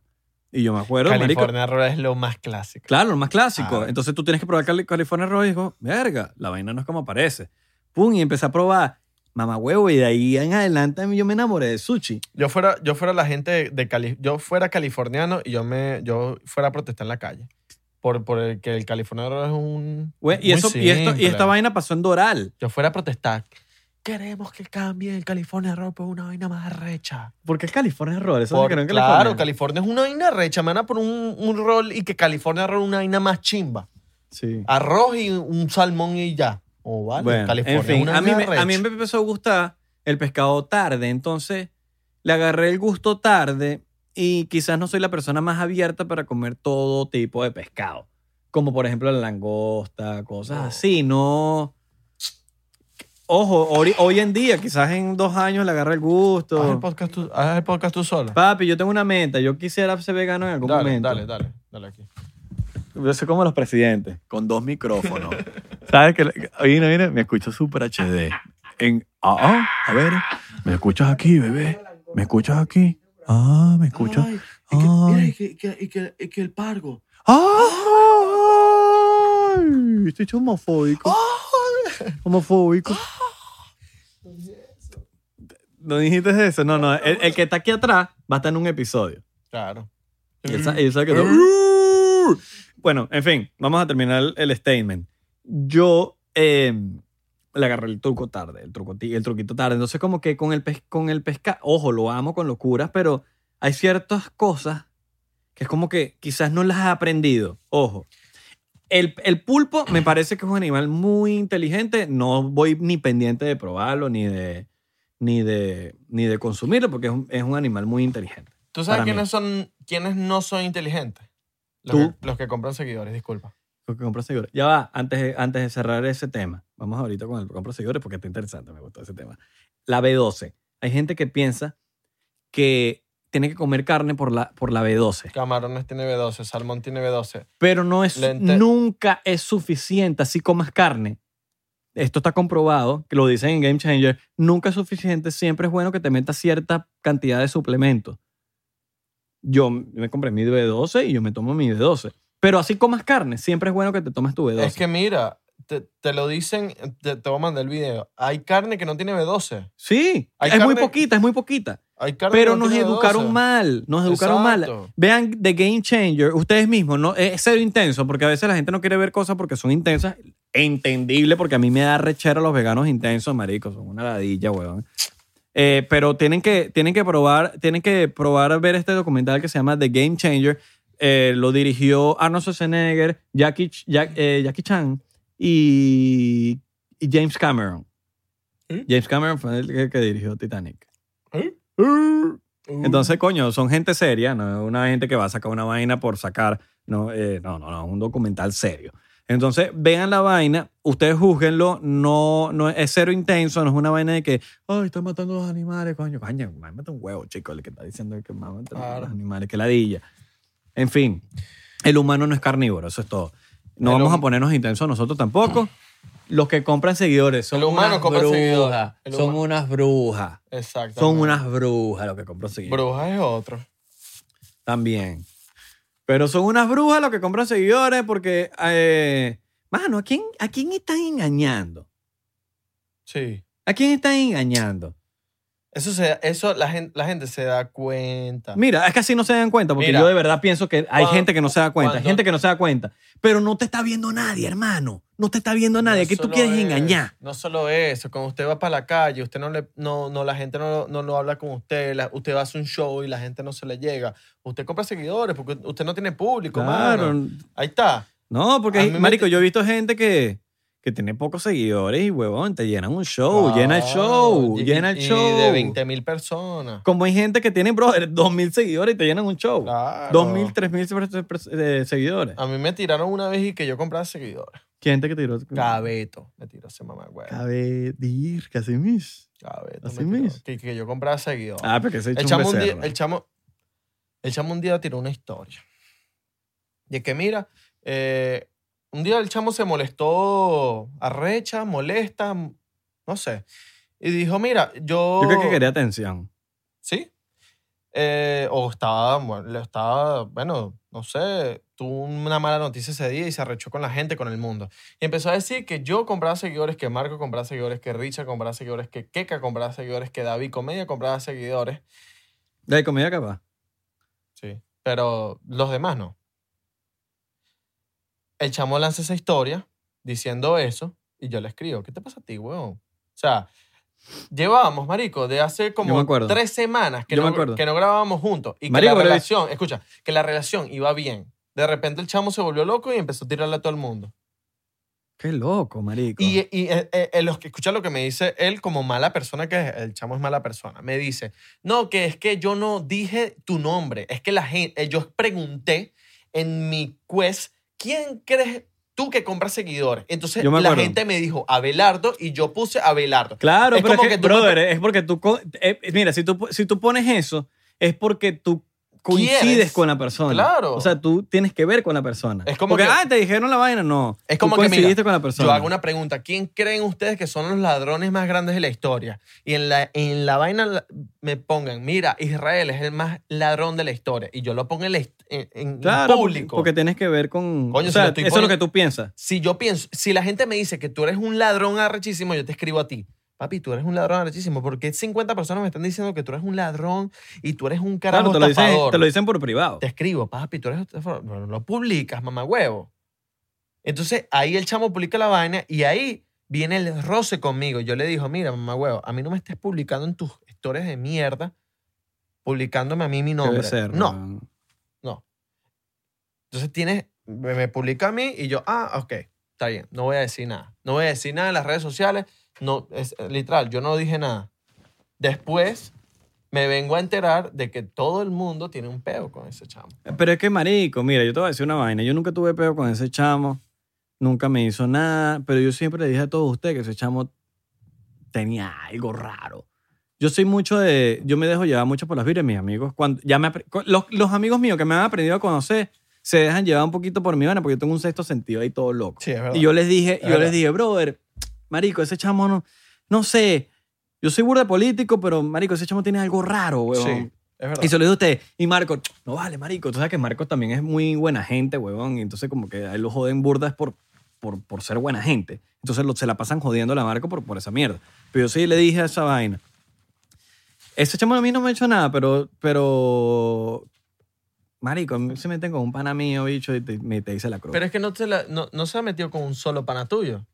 Y yo me acuerdo, marico,
California Roll es lo más clásico.
Claro, lo más clásico.
Claro.
Entonces tú tienes que probar Cali- California Roll y digo, verga, la vaina no es como parece. Pum, y empecé a probar. Mamá huevo, y de ahí en adelante yo me enamoré de sushi.
Yo fuera, yo fuera la gente de, de Cali, yo fuera californiano y yo me, yo fuera a protestar en la calle. Por, por el que el californiano es un.
Güey, y,
muy
eso, y, esto, y
simple.
esta vaina pasó en Doral.
Yo fuera a protestar. Queremos que cambie el California Roll por una vaina más recha.
¿Por qué California Roll? Eso
Por-
se creó en
claro,
California.
California es una vaina recha. Me van a poner un, un roll y que California Roll es una vaina más chimba.
Sí.
Arroz y un salmón y ya. O vale,
Bueno,
California
en fin,
es una
a mí,
vaina
me,
recha.
a mí me empezó a gustar el pescado tarde, entonces le agarré el gusto tarde y quizás no soy la persona más abierta para comer todo tipo de pescado, como por ejemplo la langosta, cosas
No.
así, no... Ojo, hoy, hoy en día, quizás en dos años le agarré el
Haz el
gusto.
podcast tú, haz el podcast tú solo.
Papi, yo tengo una meta, yo quisiera ser vegano en algún
Dale,
momento.
dale, dale, dale aquí.
Yo soy como los presidentes.
con dos micrófonos. ¿Sabes que Mira, mira, me escucho súper HD. En, ah, ah, a ver, me escuchas aquí, bebé. Me escuchas aquí. Ah, me escuchas. y que- mira, y
el pargo.
Ah, ay, estoy hecho homofóbico. Homofóbico.
No dijiste eso, no, no. El, el que está aquí atrás va a estar en un episodio.
Claro.
Y él sa- y él sabe que todo- Bueno, en fin, vamos a terminar el, el statement. Yo eh, le agarré el truco tarde, el, truco, ti- el truquito tarde. Entonces, como que con el, pes- con el pesca, ojo, lo amo con locuras, pero hay ciertas cosas que es como que quizás no las has aprendido. Ojo. El, el pulpo me parece que es un animal muy inteligente. No voy ni pendiente de probarlo, ni de, ni de, ni de consumirlo, porque es un- es un animal muy inteligente.
¿Tú
Para
sabes
mí.
quiénes, son, quiénes no son inteligentes? Los,
Tú.
Que, los que compran seguidores, disculpa.
Con que compro seguidores. Ya va, antes de, antes de cerrar ese tema, vamos ahorita con el compro seguidores porque está interesante, me gustó ese tema. La B12. Hay gente que piensa que tiene que comer carne por la, por la B12,
Camarones tiene B12, salmón tiene B12.
pero no es,
Lente-
nunca es suficiente así comas carne. Esto está comprobado, que lo dicen en Game Changer, nunca es suficiente, siempre es bueno que te metas cierta cantidad de suplementos. Yo me compré mi B12 y yo me tomo mi B12. Pero así comas carne, siempre es bueno que te tomes tu B12.
Es que mira, te, te lo dicen, te, te voy a mandar el video. Hay carne que no tiene B12.
Sí,
Hay
es muy
carne-
poquita, es muy poquita.
Hay carne
Pero
que no
nos
tiene
educaron
B12.
mal, nos educaron mal.
Exacto.
Vean The Game Changer, ustedes mismos, no es cero intenso, porque a veces la gente no quiere ver cosas porque son intensas. Entendible, porque a mí me da rechera los veganos intensos, maricos, son una ladilla, weón. Eh, pero tienen que, tienen que probar, tienen que probar ver este documental que se llama The Game Changer. Eh, lo dirigió Arnold Schwarzenegger, Jackie, Ch- Jack- eh, Jackie Chan y, y James Cameron.
¿Eh?
James Cameron fue el que, que dirigió Titanic.
¿Eh? Uh.
Entonces, coño, son gente seria, no es una gente que va a sacar una vaina por sacar. No, eh, no, no, no, es un documental serio. Entonces, vean la vaina, ustedes júzguenlo, no, no es cero intenso, no es una vaina de que, ay, está matando a los animales, coño, coño, mámate un huevo, chico, el que está diciendo que mámate a
Claro.
los animales, que ladilla. En fin, el humano no es carnívoro, eso es todo. No
El
vamos a
hum-
ponernos intensos nosotros tampoco. Los que compran seguidores son
El humano
unas
compra
brujas,
seguidores. El
son
huma-
unas brujas,
Exacto.
son unas brujas los que compran seguidores.
Brujas es otro.
También. Pero son unas brujas los que compran seguidores porque, eh, mano, ¿a quién, ¿a quién están engañando?
Sí.
¿A quién están engañando?
Eso, se, eso la, gente, la gente se da cuenta.
Mira, es que así no se dan cuenta, porque
Mira.
yo de verdad pienso que hay
Cuando-
gente que no se da cuenta, hay
cuando-
gente que no se da cuenta, pero no te está viendo nadie, hermano, no te está viendo nadie,
No
que tú
solo
quieres
eso,
engañar.
No solo eso, cuando usted va para la calle, usted no le, no, no, la gente no, no lo habla con usted, la- usted va a hacer un show y la gente no se le llega. Usted compra seguidores porque usted no tiene público, mano.
Claro,
Ahí está.
no, porque,
A mí me-
marico, yo he visto gente que, que tiene pocos seguidores y, huevón, te llenan un
Claro,
show, Oh, llena el show,
y-
llena el
y
show.
de 20 mil personas.
Como hay gente que tiene, brother, 2.000 seguidores y te llenan un show.
Claro. Ah.
2.000, 3.000 pres- eh, seguidores.
A mí me tiraron una vez y que yo compraba seguidores.
¿Quién te que tiró?
Cabeto. Me tiró ese mamá, güey.
Cabedir, casi mis.
Cabeto.
Así
me tiró.
mismo.
Que, que yo compraba seguidores.
Ah, porque se
El
echó
chamo, un
un
día,
becerro.
el, chamo, el chamo un día tiró una historia. De que, mira, eh, Un día el chamo se molestó, arrecha, molesta, no sé. Y dijo, mira, yo...
Yo creo que quería atención.
¿Sí? Eh, o estaba, bueno, le estaba, bueno, no sé, tuvo una mala noticia ese día y se arrechó con la gente, con el mundo. Y empezó a decir que yo compraba seguidores, que Marco compraba seguidores, que Richard compraba seguidores, que Keka compraba seguidores, que David Comedia compraba seguidores.
De comida capaz.
Sí. Pero los demás no. El chamo lanza esa historia diciendo eso y yo le escribo, ¿qué te pasa a ti, weón? O sea, llevábamos, marico, de hace
Yo me
como
acuerdo.
tres semanas que
Yo me
no,
acuerdo.
que no grabábamos juntos y
Marico,
que la
pero-
relación, escucha, que la relación iba bien. De repente el chamo se volvió loco y empezó a tirarle a todo el mundo.
Qué loco, marico.
Y, y eh, eh, eh, los que escucha lo que me dice él como mala persona que es, el chamo es mala persona. Me dice, no, que es que yo no dije tu nombre. Es que la gente, yo pregunté en mi quest, ¿quién crees tú que compras seguidores? Entonces
Yo me
la
acuerdo.
gente me dijo Abelardo y yo puse Abelardo.
Claro,
Es
pero
como
es que,
que tú
brother, es porque tú... co- eh, mira, si tú, po- si tú pones eso, es porque tú coincides
Quieres.
con la persona.
Claro.
O sea, tú tienes que ver con la persona.
Es como
porque,
que-
ah, te dijeron la vaina, no.
Es
Tú
como que, mira,
coincidiste con la persona.
Yo hago una pregunta, ¿quién creen ustedes que son los ladrones más grandes de la historia? Y en la, en la vaina la- me pongan, mira, Israel es el más ladrón de la historia. Y yo lo pongo en, la hist- en- en
Claro,
público.
porque tienes que ver con...
Coño,
o
si
sea,
lo
eso
estoy
es lo
poniendo-
que tú piensas.
Si yo pienso, si la gente me dice que tú eres un ladrón arrechísimo, yo te escribo a ti. Papi, tú eres un ladrón arrechísimo. ¿Por qué 50 personas me están diciendo que tú eres un ladrón y tú eres un carajo
Claro, te lo, dicen,
estafador?
te lo dicen por privado.
Te escribo, papi, tú eres estafador. No, no lo publicas, mamá huevo. Entonces ahí el chamo publica la vaina y ahí viene el roce conmigo. Yo le digo, mira, mamá huevo, a mí no me estés publicando en tus historias de mierda, publicándome a mí mi nombre.
Debe ser.
no,
weón.
entonces tienes, me, me publica a mí y yo, ah, ok, está bien, no voy a decir nada. No voy a decir nada en las redes sociales. No, es eh, literal, yo no dije nada. Después me vengo a enterar de que todo el mundo tiene un peo con ese chamo.
Pero es que, marico, mira, yo te voy a decir una vaina. Yo nunca tuve peo con ese chamo. Nunca me hizo nada. Pero yo siempre le dije a todos ustedes que ese chamo tenía algo raro. Yo soy mucho de... Yo me dejo llevar mucho por las vibras de mis amigos. Cuando, ya me, apre- co- los, los amigos míos que me han aprendido a conocer se dejan llevar un poquito por mi vaina porque yo tengo un sexto sentido ahí todo loco.
Sí, es verdad.
Y yo les dije,
Es
yo
verdad.
les dije, brother, marico, ese chamo no, no sé. Yo soy burda de político, pero marico, ese chamo tiene algo raro, weón.
Sí, es verdad.
Y se lo dijo a usted. Y Marco, no vale, marico. Tú sabes que Marco también es muy buena gente, huevón. Y entonces como que a él lo joden burdas por, por, por ser buena gente. Entonces lo- se la pasan jodiendo a la Marco por, por esa mierda. Pero yo sí le dije a esa vaina. Ese chamo a mí no me ha hecho nada, pero... pero marico, a mí se meten con un pana mío, bicho, y te, me, te dice la cruz.
Pero es que no, te la- no, no se ha metido con un solo pana tuyo.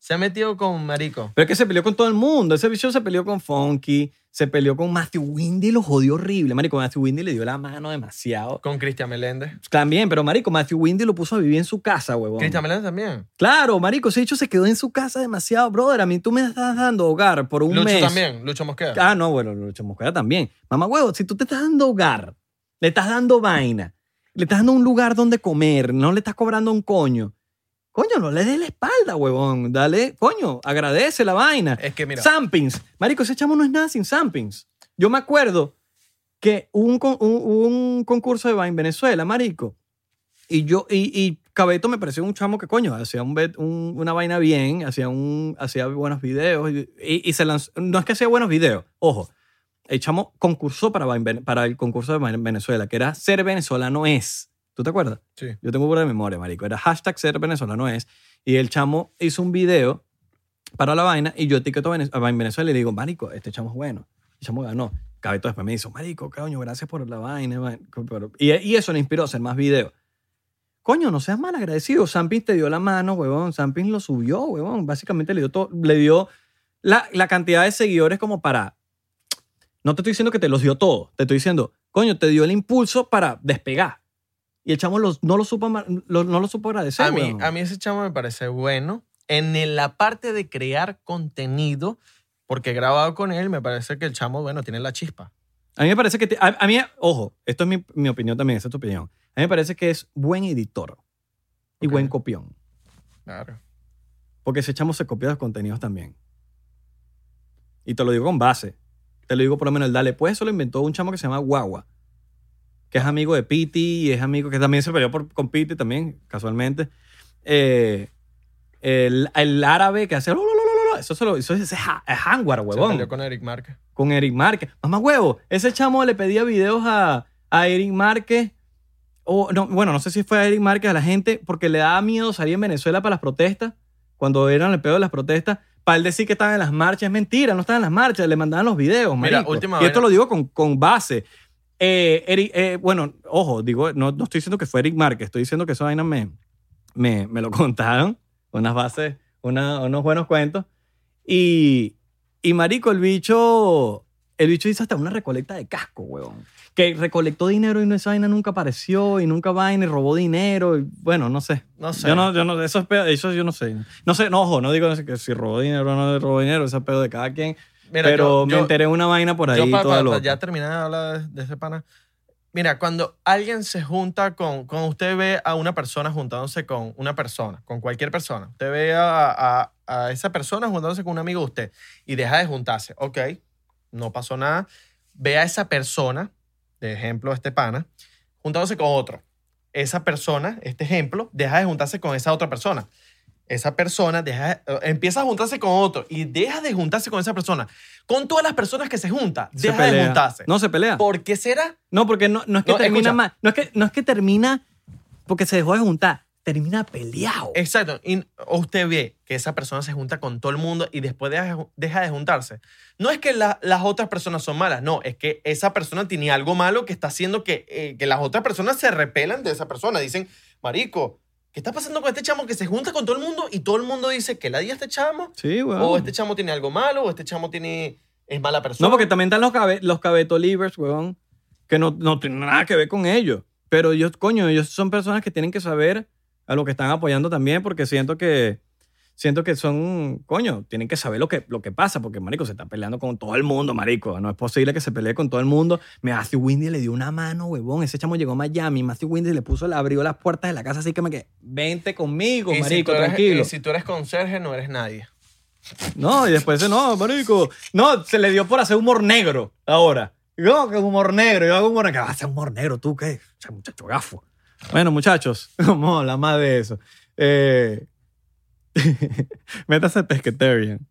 Se ha metido con Marico.
Pero es que se peleó con todo el mundo. Ese bicho se peleó con Funky, se peleó con Matthew Windy, lo jodió horrible. Marico, Matthew Windy le dio la mano demasiado.
Con Cristian Meléndez.
También, pero marico, Matthew Windy lo puso a vivir en su casa, huevón.
Cristian Meléndez también.
Claro, marico, ese hecho se quedó en su casa demasiado, brother. A mí tú me estás dando hogar por un
Lucho
mes.
también. Lucho Mosquera.
Ah, no, bueno, Lucho Mosquera también. Mamá, huevo, si tú te estás dando hogar, le estás dando vaina, le estás dando un lugar donde comer, no le estás cobrando un coño. Coño, no le des la espalda, huevón. Dale, coño, agradece la vaina.
Es que mira.
Sampings. Marico, ese chamo no es nada sin Sampings. Yo me acuerdo que hubo un, con- un- hubo un concurso de Vine Venezuela, marico. Y yo, y, y Cabeto me pareció un chamo que, coño, hacía un, bet- un- una vaina bien, hacía, un, hacía buenos videos. Y, y- y se lanzó. No es que hacía buenos videos, ojo. El chamo concursó para, Vine Ven- para el concurso de Vine Venezuela, que era Ser Venezolano es. ¿Tú te acuerdas?
Sí.
Yo tengo pura memoria, marico. Era hashtag Ser Venezolano es. Y el chamo hizo un video para la vaina y yo etiqueto a Venez- a Vine Venezuela y le digo, marico, este chamo es bueno. El chamo "Ah, ganó. Cabeto después me dice, marico, coño, gracias por la vaina. vaina". Pero- Y, y eso le inspiró a hacer más videos. Coño, no seas mal agradecido. Sampin te dio la mano, huevón. Sampin lo subió, huevón. Básicamente le dio, todo, le dio la, la cantidad de seguidores como para... No te estoy diciendo que te los dio todo. Te estoy diciendo, coño, te dio el impulso para despegar. Y el chamo los- no, lo supo, amar- lo- no lo supo agradecer,
a, mí,
huevón.
a mí ese chamo me parece bueno en el- la parte de crear contenido, porque grabado con él me parece que el chamo, bueno, tiene la chispa.
A mí me parece que. te- a, a mí, ojo, esto es mi, mi opinión también, esa es tu opinión. A mí me parece que es buen editor y
Ok.
buen copión.
Claro.
Porque ese chamo se copia los contenidos también. Y te lo digo con base. Te lo digo por lo menos el Dale Pues, eso lo inventó un chamo que se llama Guagua. Que es amigo de Piti y es amigo que también se peleó por, con Piti también, casualmente. eh, el, el árabe que hace. lo, lo, lo, lo, lo, Eso, se lo, eso es, es ha- es Hanwar,
Se
huevón.
peleó con Eric Marca.
con Eric Márquez. Mamá huevo, ese chamo le pedía videos a, a Eric Márquez. O, no, bueno, no sé si fue a Eric Márquez, a la gente, porque le daba miedo salir en Venezuela para las protestas, cuando eran el pedo de las protestas, para él decir que estaban en las marchas. Es mentira, no estaban en las marchas, le mandaban los videos,
Mira,
marico.
última
y esto
vaina.
lo digo con, con base. Eh, Eric- eh, bueno, ojo, digo, no, no estoy diciendo que fue Eric Márquez, estoy diciendo que esa vaina me, me, me lo contaron, unas bases, una- unos buenos cuentos. Y, y marico, el bicho, el bicho hizo hasta una recolecta de casco, huevón. Que recolectó dinero y no, esa vaina nunca apareció y nunca vaina y robó dinero. Y, bueno, no sé.
No sé.
Yo no, yo no, eso, es pedo- eso yo no sé. No sé, no, ojo, no digo que si robó dinero o no robó dinero, ese es pedo de cada quien.
Mira,
pero
yo-
me
yo-
enteré una vaina por ahí.
Yo para,
toda loca.
ya terminar de hablar de, de ese pana. Mira, cuando alguien se junta con, cuando usted ve a una persona juntándose con una persona, con cualquier persona, usted ve a, a- a esa persona juntándose con un amigo de usted y deja de juntarse, ok, no pasó nada, ve a esa persona, de ejemplo este pana, juntándose con otro. Esa persona, este ejemplo, deja de juntarse con esa otra persona. Esa persona deja, eh, empieza a juntarse con otro y deja de juntarse con esa persona. Con todas las personas que se junta,
Se
deja de
pelea.
juntarse.
No se pelea.
¿Por qué será?
No, porque no, no es que
No,
termina
escucha.
mal. No es que, no es que termina porque se dejó de juntar. Termina peleado.
Exacto. Y o usted ve que esa persona se junta con todo el mundo y después deja, deja de juntarse. No es que la- las otras personas son malas, no. Es que esa persona tiene algo malo que está haciendo que, eh, que las otras personas se repelan de esa persona. Dicen, marico, ¿qué está pasando con este chamo que se junta con todo el mundo y todo el mundo dice que la di a este chamo?
Sí, weón.
O este chamo tiene algo malo, o este chamo tiene, es mala persona.
No, porque también están los, cabe, los cabetolivers, huevón, que no, no tienen nada que ver con ellos. Pero ellos, coño, ellos son personas que tienen que saber a lo que están apoyando también, porque siento que siento que son, coño, tienen que saber lo que, lo que pasa, porque marico se está peleando con todo el mundo, marico. No es posible que se pelee con todo el mundo. Matthew Windy le dio una mano, huevón. Ese chamo llegó a Miami. Matthew Windy le puso, le abrió las puertas de la casa, así que me quedé, vente conmigo,
Y si
marico,
tú eres-
tranquilo.
y si tú eres conserje, no eres nadie.
No, y después dice, no, marico. No, se le dio por hacer humor negro ahora. Yo, que humor negro, yo hago humor negro. ¿Qué vas a hacer humor negro tú qué? O sea, muchacho gafo. Bueno, muchachos, vamos a hablar más de eso. Eh, métase Pescatarian,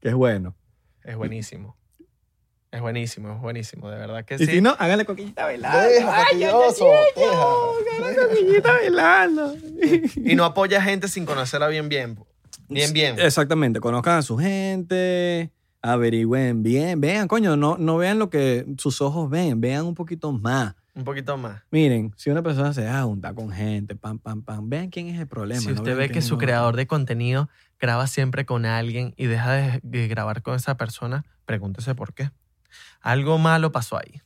que es bueno.
Es buenísimo. Es buenísimo, es buenísimo, de verdad que
Y
sí.
si no, háganle coquillita bailando.
Deja,
Ay, yo, yo,
fastidioso,
yo, yo, háganle coquillita bailando.
Y no apoya gente sin conocerla bien, bien. Bien, bien.
Exactamente, conozcan a su gente, averigüen bien, vean, coño, no, no vean lo que sus ojos ven, vean un poquito más.
Un poquito más.
Miren, si una persona se deja juntar con gente, pam, pam, pam, vean quién es el problema.
Si
no
usted
vean
ve que
quién
su
no.
creador de contenido graba siempre con alguien y deja de, de grabar con esa persona, pregúntese por qué. Algo malo pasó ahí.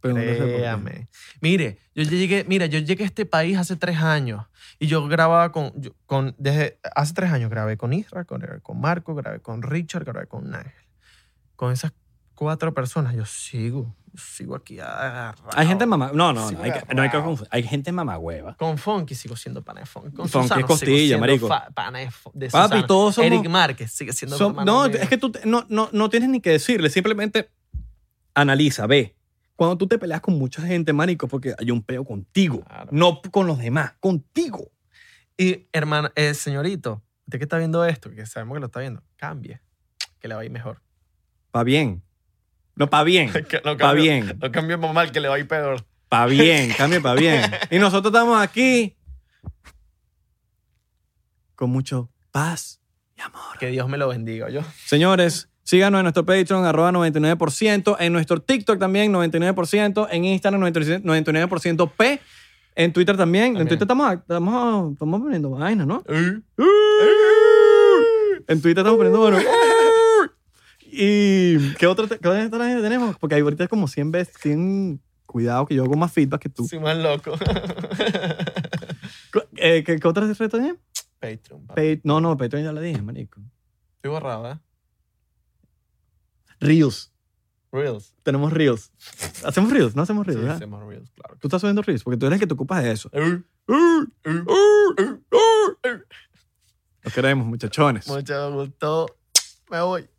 Pregúntese por qué.
Créame. Mire, yo ya llegué, mira, yo llegué a este país hace tres años y yo grababa con, yo- con desde hace tres años grabé con Isra, con, con Marco, grabé con Richard, grabé con Nigel. Con esas cuatro personas yo sigo, yo sigo aquí agarrado.
Hay gente mamá. No, no,
Sí,
no, hay que,
agarrado.
no hay que confundir. Hay gente mamagüeva.
Con Funky sigo siendo pana de Funky. Con
Funky
Susano
es costilla,
sigo siendo
marico.
fa- pana de, Fu- de
Papi,
Susano.
todos somos-
Eric Márquez sigue siendo
Son-
hermano
no,
mío.
es que tú te- no, no, no tienes ni que decirle, simplemente analiza, ve. Cuando tú te peleas con mucha gente, marico, porque hay un peo contigo,
Claro.
no con los demás, contigo.
Y hermano, eh, señorito, usted que está viendo esto, que sabemos que lo está viendo, cambie, que le va a ir mejor.
Pa' bien. No, pa' bien.
Que lo
Pa'
cambio-
bien.
Lo cambiamos mal, que le va a ir peor.
Pa' bien. Cambia pa' bien. Y nosotros estamos aquí con mucho paz y amor.
Que Dios me lo bendiga, yo.
Señores, síganos en nuestro Patreon, arroba 99%, en nuestro TikTok también, 99%, en Instagram, 99% P, en Twitter también. En
También.
Twitter estamos, estamos, estamos poniendo vainas, ¿no? En Twitter estamos poniendo bueno. ¿Y qué otra qué otra estrategia tenemos? Porque ahí ahorita es como 100 veces, 100... Cuidado que yo hago más feedback que tú.
Soy más loco.
Eh, ¿qué, qué otra red tenemos?
Patreon,
Ah.
papi.
Pa- no, no, Patreon ya la dije, marico.
Estoy borrado, ¿eh?
Reels.
Reels.
Tenemos Reels. ¿Hacemos Reels? No hacemos
Sí,
Reels, ¿verdad?
hacemos Reels, claro.
Tú estás subiendo Reels porque tú eres el que te ocupas de eso. Los queremos, muchachones.
Mucho gusto. Me voy.